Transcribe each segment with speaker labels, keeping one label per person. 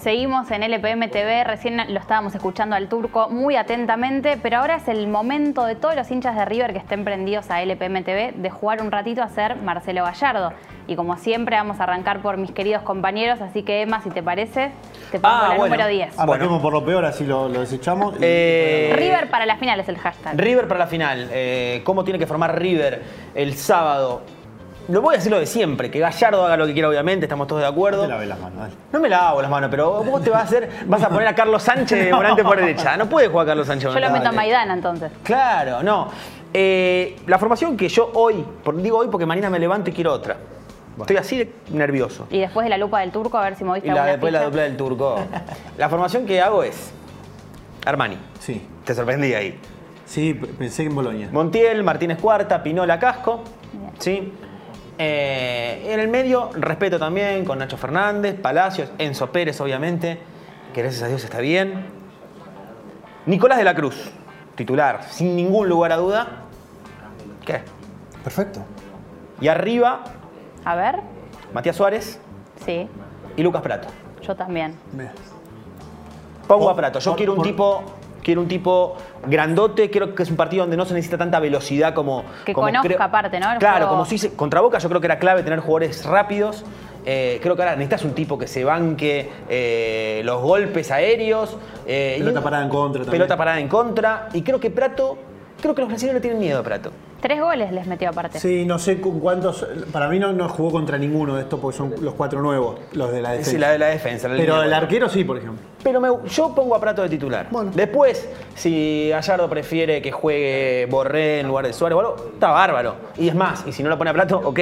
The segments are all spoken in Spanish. Speaker 1: Seguimos en LPM TV, recién lo estábamos escuchando al turco muy atentamente, pero ahora es el momento de todos los hinchas de River que estén prendidos a LPM TV de jugar un ratito a ser Marcelo Gallardo. Y como siempre vamos a arrancar por mis queridos compañeros, así que Emma, si te parece, te pongo
Speaker 2: Ah,
Speaker 1: la
Speaker 2: bueno.
Speaker 1: número 10.
Speaker 2: Bueno.
Speaker 3: Arranquemos por lo peor, así lo, lo desechamos. y-
Speaker 2: Eh,
Speaker 1: River para las finales el hashtag.
Speaker 2: River para la final. Eh, ¿Cómo tiene que formar River el sábado? Lo voy a decir lo de siempre, que Gallardo haga lo que quiera, obviamente, estamos todos de
Speaker 3: No
Speaker 2: acuerdo.
Speaker 3: te laves las manos, dale.
Speaker 2: No me lavo las manos, pero vos te vas a hacer, vas a poner a Carlos Sánchez de volante por derecha. No puede jugar Carlos Sánchez. de
Speaker 1: Yo lo
Speaker 2: volante
Speaker 1: meto a
Speaker 2: por derecha.
Speaker 1: Maidana entonces.
Speaker 2: Claro, no. Eh, la formación que yo hoy, por- digo hoy porque mañana me levanto y quiero otra. Estoy así de nervioso.
Speaker 1: Y después de la lupa del turco, a ver si
Speaker 2: Y
Speaker 1: moviste
Speaker 2: la,
Speaker 1: alguna
Speaker 2: después la
Speaker 1: ficha.
Speaker 2: dupla del turco. La formación que hago es Armani.
Speaker 3: Sí,
Speaker 2: Te sorprendí ahí.
Speaker 3: sí, p- pensé en Bolonia.
Speaker 2: Montiel, Martínez Cuarta, Pinola Casco. ¿sí? Eh, en el medio, respeto también con Nacho Fernández, Palacios, Enzo Pérez, obviamente, que gracias a Dios está bien. Nicolás de la Cruz, titular, sin ningún lugar a duda. ¿Qué?
Speaker 3: Perfecto.
Speaker 2: Y arriba,
Speaker 1: A ver,
Speaker 2: Matías Suárez
Speaker 1: sí,
Speaker 2: y Lucas Prato.
Speaker 1: yo también.
Speaker 3: Bien.
Speaker 2: Pongo a
Speaker 3: Por-
Speaker 2: Prato. Yo
Speaker 3: por-
Speaker 2: quiero un
Speaker 3: por-
Speaker 2: tipo. Quiero un tipo grandote, creo que es un partido donde no se necesita tanta velocidad como.
Speaker 1: Que
Speaker 2: como
Speaker 1: conozca
Speaker 2: creo-
Speaker 1: aparte, ¿no? El
Speaker 2: claro,
Speaker 1: juego-
Speaker 2: como si se- contra Boca yo creo que era clave tener jugadores rápidos. Eh, creo que ahora necesitas un tipo que se banque eh, los golpes aéreos. eh, y
Speaker 3: Pelota
Speaker 2: un-
Speaker 3: parada en contra también.
Speaker 2: Pelota parada en contra. Y creo que Prato. Creo que los brasileños le tienen miedo a Prato.
Speaker 1: Tres goles les metió aparte.
Speaker 3: Sí, no sé con cuántos. Para mí no, no jugó contra ninguno de estos porque son los cuatro nuevos, los de la
Speaker 2: Es
Speaker 3: defensa.
Speaker 2: la de la defensa. la
Speaker 3: Pero
Speaker 2: línea
Speaker 3: el
Speaker 2: de-
Speaker 3: arquero sí, por ejemplo.
Speaker 2: Pero me- yo pongo a Prato de titular.
Speaker 3: Bueno.
Speaker 2: Después, si Gallardo prefiere que juegue Borré en lugar de Suárez, o algo, está bárbaro. Y es más, y si no lo pone a Prato, ok.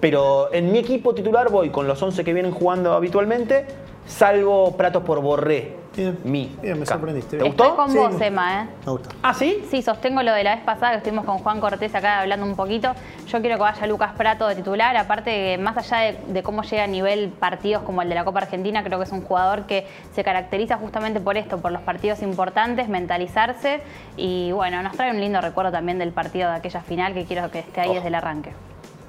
Speaker 2: Pero en mi equipo titular voy con los 11 que vienen jugando habitualmente, salvo Prato por Borré.
Speaker 3: Bien.
Speaker 2: Mi.
Speaker 3: Bien, me
Speaker 2: Ca-
Speaker 3: sorprendiste.
Speaker 2: ¿Te
Speaker 3: Bien.
Speaker 1: Estoy
Speaker 2: gustó?
Speaker 1: con
Speaker 3: Sí.
Speaker 1: vos, Emma, ¿eh?
Speaker 3: Me gusta.
Speaker 2: ¿Ah, sí?
Speaker 1: Sí, sostengo lo de la vez pasada que estuvimos con Juan Cortés acá hablando un poquito. Yo quiero que vaya Lucas Prato de titular. Aparte, más allá de, de cómo llega a nivel partidos como el de la Copa Argentina, creo que es un jugador que se caracteriza justamente por esto, por los partidos importantes, mentalizarse. Y bueno, nos trae un lindo recuerdo también del partido de aquella final que quiero que esté ahí
Speaker 2: Oh.
Speaker 1: desde el arranque.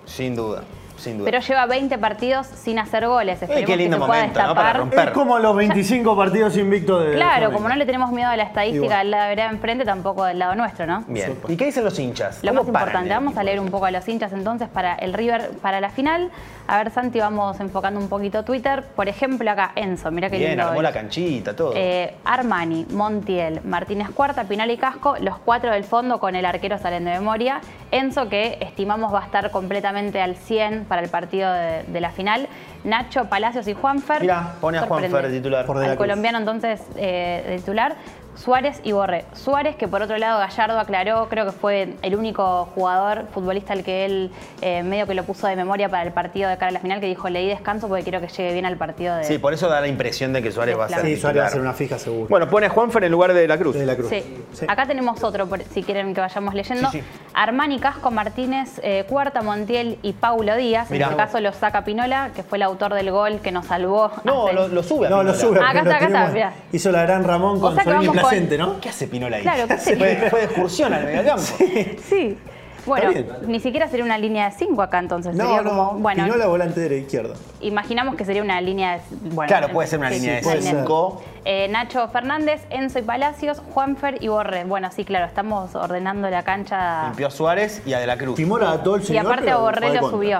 Speaker 2: Sin duda, sin duda. Eh,
Speaker 1: Pero lleva 20 partidos sin hacer goles. Esperemos
Speaker 2: qué lindo
Speaker 1: que se pueda
Speaker 2: momento, ¿no? Para
Speaker 1: destapar.
Speaker 2: romper.
Speaker 3: Es como los 25 partidos invictos de.
Speaker 1: Claro,
Speaker 3: Flamengo.
Speaker 1: como no le tenemos miedo a la estadística
Speaker 3: Igual.
Speaker 1: del lado de enfrente, tampoco del lado nuestro, ¿no?
Speaker 2: Bien. ¿Y qué dicen los hinchas?
Speaker 1: Lo
Speaker 2: ¿Cómo
Speaker 1: más
Speaker 2: paran
Speaker 1: importante,
Speaker 2: el
Speaker 1: vamos a
Speaker 2: equipo?
Speaker 1: leer un poco a los hinchas entonces para el River para la final. A ver, Santi, vamos enfocando un poquito Twitter. Por ejemplo, acá Enzo, mira qué
Speaker 2: Bien,
Speaker 1: lindo.
Speaker 2: armó
Speaker 1: es.
Speaker 2: la canchita, todo.
Speaker 1: Eh, Armani, Montiel, Martínez Cuarta, Pinal y Casco, los cuatro del fondo con el arquero salen de memoria. Enzo, que estimamos va a estar completamente al 100 para el partido de, de la final. Nacho, Palacios y Juanfer.
Speaker 2: Mirá, pone a
Speaker 1: Sorprende.
Speaker 2: Juanfer de titular.
Speaker 3: Por de la
Speaker 1: Al
Speaker 3: Cruz.
Speaker 1: colombiano entonces eh, de titular. Suárez y Borré. Suárez, que por otro lado Gallardo aclaró, creo que fue el único jugador futbolista al que él eh, medio que lo puso de memoria para el partido de cara a la final, que dijo, leí descanso porque quiero que llegue bien al partido de...
Speaker 2: Sí, por eso da la impresión de que Suárez va a ser.
Speaker 3: Sí, Suárez va a ser
Speaker 2: titular.
Speaker 3: una fija seguro.
Speaker 2: Bueno, pone a Juanfer en lugar de la cruz.
Speaker 3: de la Cruz.
Speaker 1: Sí.
Speaker 3: Sí.
Speaker 1: Acá tenemos otro, por- si quieren que vayamos leyendo.
Speaker 2: Sí, sí.
Speaker 1: Armani Casco Martínez, eh, Cuarta Montiel y Paulo Díaz.
Speaker 2: Mirá.
Speaker 1: En este caso lo saca Pinola, que fue el autor del gol que nos salvó.
Speaker 2: No,
Speaker 1: hace-
Speaker 2: lo, lo sube. a
Speaker 3: No, lo
Speaker 2: Pinola.
Speaker 3: sube.
Speaker 1: Acá
Speaker 3: porque
Speaker 1: está,
Speaker 3: lo
Speaker 1: acá
Speaker 3: tenemos-
Speaker 1: está, mirá.
Speaker 3: Hizo la gran Ramón con
Speaker 1: sea que
Speaker 3: Solín y
Speaker 1: vamos con-
Speaker 3: Placente, ¿no?
Speaker 2: ¿Qué hace Pinola ahí?
Speaker 1: Claro, ¿qué hace
Speaker 2: fue, fue de excursión al mediocampo.
Speaker 1: Sí. Bueno,
Speaker 3: Está bien.
Speaker 1: ni siquiera sería una línea de cinco acá entonces.
Speaker 3: No,
Speaker 1: sería
Speaker 3: no,
Speaker 1: como- bueno,
Speaker 3: Pinola volante de la izquierda.
Speaker 1: imaginamos que sería una línea de. Bueno,
Speaker 2: Claro, puede ser una
Speaker 1: sí,
Speaker 2: línea
Speaker 1: sí,
Speaker 2: de
Speaker 3: puede ser.
Speaker 2: 5.
Speaker 1: Eh, Nacho Fernández, Enzo y Palacios, Juanfer y Borre. Bueno, sí, claro, estamos ordenando la cancha.
Speaker 2: Limpió a Suárez y a De la Cruz.
Speaker 3: Timora ató el
Speaker 1: Y
Speaker 3: señor,
Speaker 1: aparte
Speaker 3: pero fue
Speaker 1: Borre
Speaker 3: de
Speaker 1: lo
Speaker 3: contra.
Speaker 1: subió.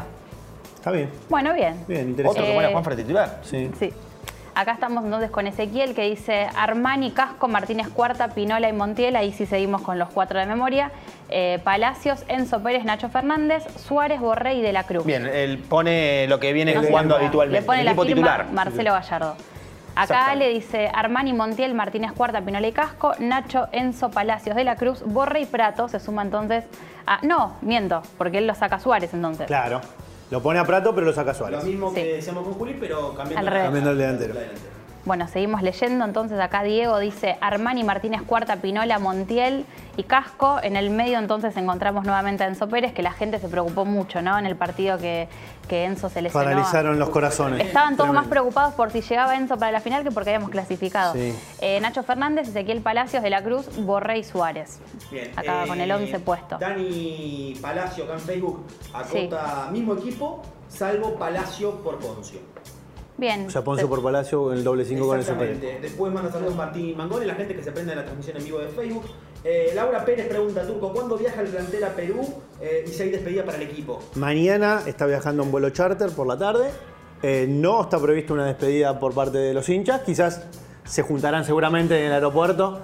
Speaker 3: Está bien,
Speaker 1: Bueno, bien.
Speaker 3: bien,
Speaker 2: Otro
Speaker 3: interesante.
Speaker 2: que pone a
Speaker 1: Eh,
Speaker 2: Juanfer titular.
Speaker 3: Sí.
Speaker 1: Sí. Acá estamos entonces con Ezequiel que dice Armani, Casco, Martínez Cuarta, Pinola y Montiel. Ahí sí seguimos con los cuatro de memoria. Eh, Palacios, Enzo Pérez, Nacho Fernández, Suárez, Borré y De la Cruz.
Speaker 2: Bien, él pone lo que viene
Speaker 1: No sé,
Speaker 2: jugando
Speaker 1: le-
Speaker 2: habitualmente.
Speaker 1: Le pone
Speaker 2: el
Speaker 1: la
Speaker 2: equipo
Speaker 1: firma
Speaker 2: titular.
Speaker 1: Marcelo Gallardo. Acá
Speaker 2: Exactamente.
Speaker 1: le dice Armani, Montiel, Martínez Cuarta, Pinola y Casco, Nacho, Enzo, Palacios, De la Cruz, Borre y Prato. Se suma entonces a... No, miento, porque él lo saca a Suárez entonces.
Speaker 3: Claro. Lo pone a Prato, pero lo saca Suárez.
Speaker 2: mismo
Speaker 1: que Sí.
Speaker 2: decíamos con Juli, pero
Speaker 1: Al la- revés.
Speaker 3: Cambiando el delantero.
Speaker 1: Bueno, seguimos leyendo. Entonces acá Diego dice Armani, Martínez Cuarta, Pinola, Montiel y Casco. En el medio entonces encontramos nuevamente a Enzo Pérez, que la gente se preocupó mucho, ¿no? En el partido que, que Enzo se lesionó.
Speaker 3: Paralizaron los corazones.
Speaker 1: Estaban todos más
Speaker 3: Tremendo.
Speaker 1: preocupados por si llegaba Enzo para la final que porque habíamos clasificado.
Speaker 3: Sí.
Speaker 1: Eh, Nacho Fernández, Ezequiel Palacios, De la Cruz, Borré y Suárez. Acá con
Speaker 2: eh,
Speaker 1: el 11 puesto.
Speaker 4: Dani Palacio acá en Facebook
Speaker 1: acota
Speaker 4: mismo equipo, salvo Palacio por Poncio.
Speaker 1: Bien.
Speaker 3: O sea, Poncio por Palacio, el doble 5 con el super.
Speaker 4: Exactamente. Después manda saludos Martín Mangoni, la gente que se prende en la transmisión en vivo de Facebook. Eh, Laura Pérez pregunta, Turco, ¿cuándo viaja el plantel a Perú eh, y si hay despedida para el equipo?
Speaker 3: Mañana está viajando en vuelo charter por la tarde. Eh, no está prevista una despedida por parte de los hinchas. Quizás se juntarán seguramente en el aeropuerto.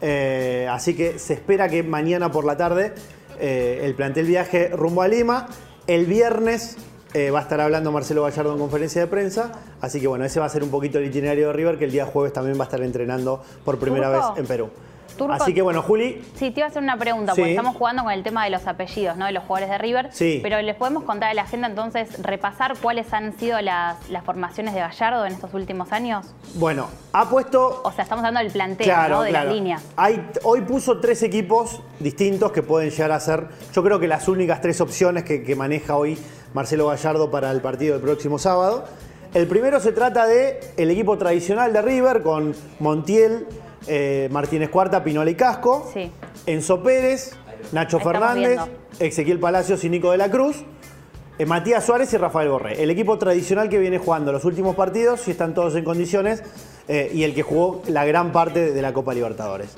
Speaker 3: Eh, así que se espera que mañana por la tarde eh, el plantel viaje rumbo a Lima. El viernes eh, va a estar hablando Marcelo Gallardo en conferencia de prensa. Así que bueno, ese va a ser un poquito el itinerario de River, que el día jueves también va a estar entrenando por primera
Speaker 1: ¿Turco?
Speaker 3: vez en Perú.
Speaker 1: ¿Turco?
Speaker 3: Así que bueno, Juli,
Speaker 1: Sí, te iba a hacer una pregunta, porque
Speaker 3: Sí.
Speaker 1: estamos jugando con el tema de los apellidos, ¿no? De los jugadores de River.
Speaker 3: Sí.
Speaker 1: Pero les podemos contar a la agenda, entonces, repasar cuáles han sido las, las formaciones de Gallardo en estos últimos años.
Speaker 3: bueno, ha puesto
Speaker 1: O sea, estamos hablando del planteo, ¿no? De la línea.
Speaker 3: Hay- hoy puso tres equipos distintos que pueden llegar a ser, yo creo que las únicas tres opciones que, que maneja hoy Marcelo Gallardo para el partido del próximo sábado. El primero se trata de el equipo tradicional de River con Montiel, eh, Martínez Cuarta, Pinola y Casco,
Speaker 1: Sí.
Speaker 3: Enzo Pérez, Nacho
Speaker 1: Ahí estamos
Speaker 3: Fernández,
Speaker 1: viendo.
Speaker 3: Ezequiel Palacios y Nico de la Cruz. Eh, Matías Suárez y Rafael Borré. El equipo tradicional que viene jugando los últimos partidos, si están todos en condiciones, eh, y el que jugó la gran parte de la Copa Libertadores.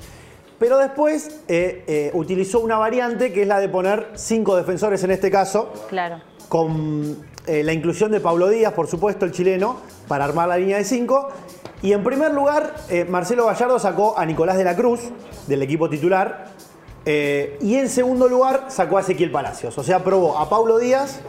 Speaker 3: Pero después eh, eh, utilizó una variante que es la de poner cinco defensores en este caso,
Speaker 1: Claro.
Speaker 3: con eh, la inclusión de Pablo Díaz, por supuesto, el chileno, para armar la línea de cinco. Y en primer lugar, eh, Marcelo Gallardo sacó a Nicolás de la Cruz, del equipo titular. eh, y en segundo lugar, sacó a Ezequiel Palacios. O sea, probó a Pablo Díaz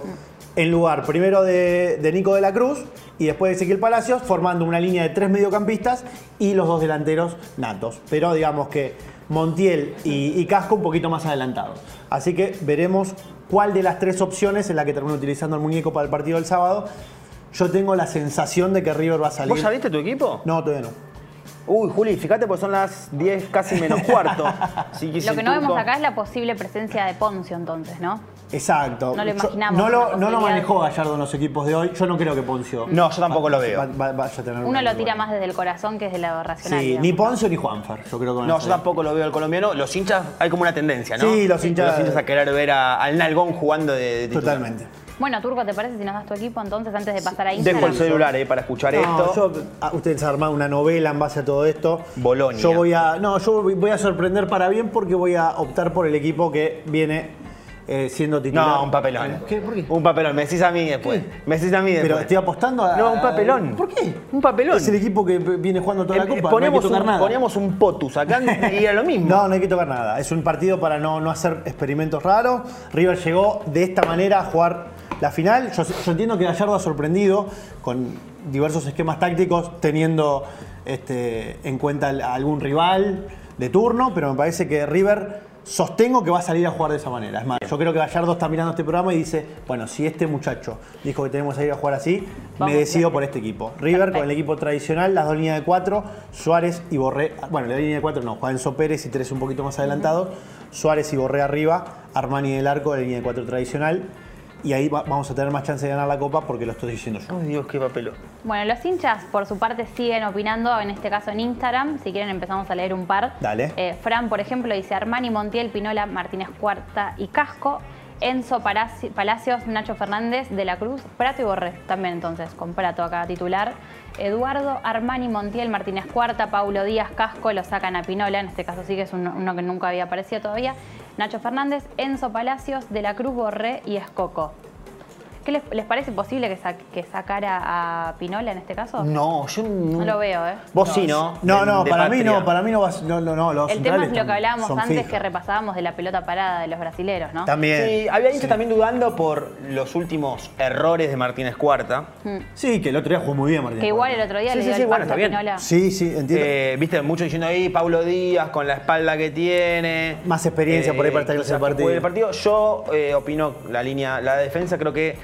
Speaker 3: en lugar primero de, de Nico de la Cruz y después de Ezequiel Palacios, formando una línea de tres mediocampistas y los dos delanteros natos. Pero digamos que Montiel y, y Casco un poquito más adelantados. Así que veremos cuál de las tres opciones es la que termina utilizando el muñeco para el partido del sábado. Yo tengo la sensación de que River va a salir.
Speaker 2: ¿Vos ya viste tu equipo?
Speaker 3: No, todavía no.
Speaker 2: Uy, Juli, fíjate porque son las 10 casi menos cuarto. Así si
Speaker 1: Lo que no
Speaker 2: Turco-
Speaker 1: vemos acá es la posible presencia de Poncio, entonces, ¿no?
Speaker 3: Exacto.
Speaker 1: No lo
Speaker 3: Yo-
Speaker 1: imaginamos,
Speaker 3: no,
Speaker 1: una
Speaker 3: lo, no lo
Speaker 1: posibilidad.
Speaker 3: manejó Gallardo en los equipos de hoy. Yo no creo que Poncio.
Speaker 2: No, yo tampoco lo
Speaker 3: va-
Speaker 2: veo.
Speaker 3: va- vaya a tener una
Speaker 1: Uno lo tira
Speaker 3: buena.
Speaker 1: más desde el corazón que desde la racional.
Speaker 3: Sí,
Speaker 1: digamos.
Speaker 3: ni Poncio ni Juanfer. Yo creo que van a
Speaker 2: No, yo
Speaker 3: salir.
Speaker 2: tampoco lo veo al colombiano. Los hinchas, hay como una tendencia, ¿no?
Speaker 3: Sí, los hinchas-
Speaker 2: a querer ver a- al Nalgón jugando de, de titular.
Speaker 3: Totalmente.
Speaker 1: Bueno, Turco, ¿te parece si nos das tu equipo entonces antes de pasar a Instagram?
Speaker 2: Dejo el celular ahí para escuchar
Speaker 3: No,
Speaker 2: esto.
Speaker 3: yo, ah, ustedes han armado una novela en base a todo esto.
Speaker 2: Bolonia.
Speaker 3: Yo voy a. No, yo voy- voy a sorprender para bien porque voy a optar por el equipo que viene eh, siendo titular.
Speaker 2: No, un papelón.
Speaker 3: ¿Qué? ¿Por qué?
Speaker 2: Un papelón. Me decís a mí después. Me decís a mí después.
Speaker 3: Pero estoy apostando a.
Speaker 2: No, un papelón.
Speaker 3: ¿Por qué?
Speaker 2: Un papelón.
Speaker 3: Es el equipo que viene jugando toda
Speaker 2: Eh,
Speaker 3: la copa. no hay que
Speaker 2: poníamos,
Speaker 3: tocar
Speaker 2: un,
Speaker 3: nada.
Speaker 2: poníamos un potus acá y era lo mismo.
Speaker 3: No, no hay que tocar nada. Es un partido para no, no hacer experimentos raros. River llegó de esta manera a jugar la final. Yo, yo entiendo que Gallardo ha sorprendido con diversos esquemas tácticos, teniendo este, en cuenta al- a algún rival de turno, pero me parece que River sostengo que va a salir a jugar de esa manera. Es más, yo creo que Gallardo está mirando este programa y dice, bueno, si este muchacho dijo que tenemos que ir a jugar así,
Speaker 1: Vamos.
Speaker 3: me decido por este equipo. River con el equipo tradicional, las dos líneas de cuatro, Suárez y Borré. Bueno, la línea de cuatro no, Juanzo Pérez y tres un poquito más adelantados. Suárez y Borré arriba, Armani del arco, la línea de cuatro tradicional. Y ahí va- vamos a tener más chance de ganar la copa porque lo estoy diciendo yo.
Speaker 2: Ay, Dios, qué papelón.
Speaker 1: Bueno, los hinchas por su parte siguen opinando, en este caso en Instagram. Si quieren empezamos a leer un par.
Speaker 3: Dale.
Speaker 1: Eh, Fran, por ejemplo, dice Armani, Montiel, Pinola, Martínez Cuarta y Casco. Enzo Paraci- Palacios, Nacho Fernández, De la Cruz, Prato y Borré. También entonces, con Prato acá titular. Eduardo, Armani, Montiel, Martínez Cuarta, Paulo Díaz, Casco, lo sacan a Pinola. En este caso sí que es uno, uno que nunca había aparecido todavía. Nacho Fernández, Enzo Palacios, De la Cruz, Borré y Escoco. ¿Qué les, les parece posible que, sa- que sacara a Pinola en este caso?
Speaker 2: No, yo no.
Speaker 1: No lo veo, ¿eh?
Speaker 2: Vos sí, ¿no?
Speaker 3: No,
Speaker 2: De-
Speaker 3: no,
Speaker 2: de
Speaker 3: para mí
Speaker 2: patria.
Speaker 3: no, para mí no va No, no, no, los
Speaker 1: El tema
Speaker 3: centrales
Speaker 1: es lo que
Speaker 3: están-
Speaker 1: hablábamos
Speaker 3: son
Speaker 1: antes
Speaker 3: fijos.
Speaker 1: que repasábamos de la pelota parada de los brasileros, ¿no?
Speaker 3: También.
Speaker 2: Sí, había hinchas también dudando por los últimos errores de Martínez Cuarta.
Speaker 3: Sí, que el otro día jugó muy bien Martín.
Speaker 1: Que igual el otro día
Speaker 2: Sí,
Speaker 1: le
Speaker 2: sí,
Speaker 1: dio
Speaker 2: sí,
Speaker 1: el
Speaker 2: bueno,
Speaker 1: pase
Speaker 2: está
Speaker 1: a
Speaker 2: bien.
Speaker 1: Pinola.
Speaker 3: Sí, sí, entiendo.
Speaker 2: Eh, Viste, muchos diciendo ahí, Pablo Díaz con la espalda que tiene.
Speaker 3: Más experiencia por ahí para estar en ese
Speaker 2: quizás que
Speaker 3: partido.
Speaker 2: juegue el partido. Yo eh, opino la línea, la defensa, creo que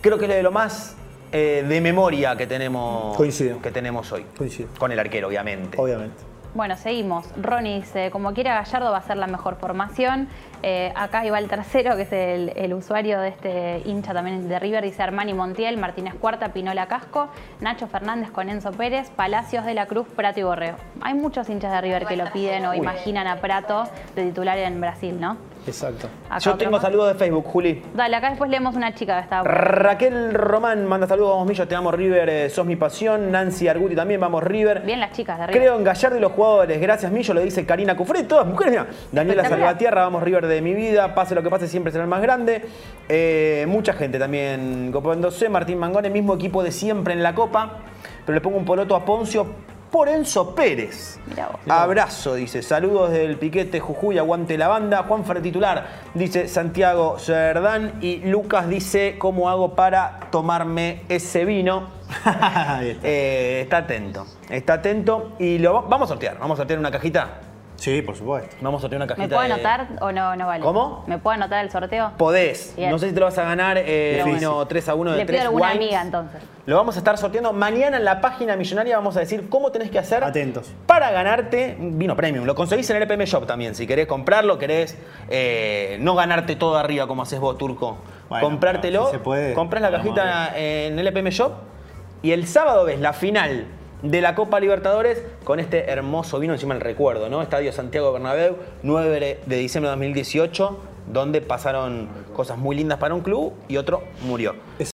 Speaker 2: creo que es lo de lo más eh, de memoria que tenemos,
Speaker 3: Coincido.
Speaker 2: que tenemos hoy.
Speaker 3: Coincido.
Speaker 2: Con el arquero, obviamente.
Speaker 3: Obviamente.
Speaker 1: Bueno, seguimos. Ronnie dice, como quiera Gallardo va a ser la mejor formación. Eh, acá iba el tercero, que es el, el usuario de este hincha también de River, dice Armani Montiel, Martínez Cuarta, Pinola Casco, Nacho Fernández con Enzo Pérez, Palacios de la Cruz, Prato y Borreo. Hay muchos hinchas de River que lo piden o imaginan a Prato de titular en Brasil, ¿no?
Speaker 3: Exacto.
Speaker 1: Acá
Speaker 2: Yo
Speaker 1: otro
Speaker 2: tengo
Speaker 1: más.
Speaker 2: saludos de Facebook, Juli.
Speaker 1: Dale, acá después leemos una chica que estaba.
Speaker 2: Raquel Román manda saludos, vamos Millo, te amo River, eh, sos mi pasión. Nancy Arguti también, vamos River.
Speaker 1: Bien las chicas de arriba.
Speaker 2: Creo en Gallardo y los jugadores. Gracias, Millo. Lo dice Karina Cufré. Todas mujeres, mira. Daniela
Speaker 1: Espectacular.
Speaker 2: Salvatierra, vamos River de mi vida. Pase lo que pase, siempre será el más grande. Eh, mucha gente también copándose. Martín Mangone, mismo equipo de siempre en la Copa. Pero le pongo un poloto a Poncio por Enzo Pérez.
Speaker 1: Mirá vos.
Speaker 2: Abrazo, dice. Saludos del piquete Jujuy, aguante la banda. Juan Fer titular, dice Santiago Cerdán. Y Lucas dice, ¿cómo hago para tomarme ese vino?
Speaker 3: Ahí está.
Speaker 2: Eh, está atento, está atento y lo va- vamos a sortear, vamos a sortear una cajita.
Speaker 3: Sí, por supuesto.
Speaker 2: Vamos a sortear una
Speaker 1: ¿Me
Speaker 2: cajita.
Speaker 1: puedo
Speaker 2: de-
Speaker 1: anotar o no, no vale?
Speaker 2: ¿Cómo?
Speaker 1: ¿Me puedo anotar el sorteo?
Speaker 2: Podés.
Speaker 1: Bien.
Speaker 2: No sé si te lo vas a ganar eh,
Speaker 1: Pero
Speaker 2: vino 3 a 1 de
Speaker 1: Le
Speaker 2: 3
Speaker 1: pido a alguna
Speaker 2: wines.
Speaker 1: amiga entonces.
Speaker 2: Lo vamos a estar sorteando mañana en la página millonaria. Vamos a decir cómo tenés que hacer
Speaker 3: Atentos.
Speaker 2: para ganarte un vino premium. Lo conseguís en el EPM Shop también. Si querés comprarlo, querés eh, no ganarte todo arriba como haces vos, Turco.
Speaker 3: Bueno,
Speaker 2: Comprártelo,
Speaker 3: si se puede.
Speaker 2: compras la
Speaker 3: Vamos
Speaker 2: cajita en el EPM Shop y el sábado ves la final de la Copa Libertadores con este hermoso vino encima del recuerdo, ¿no? Estadio Santiago Bernabéu, 9 de diciembre de 2018, donde pasaron cosas muy lindas para un club y otro murió.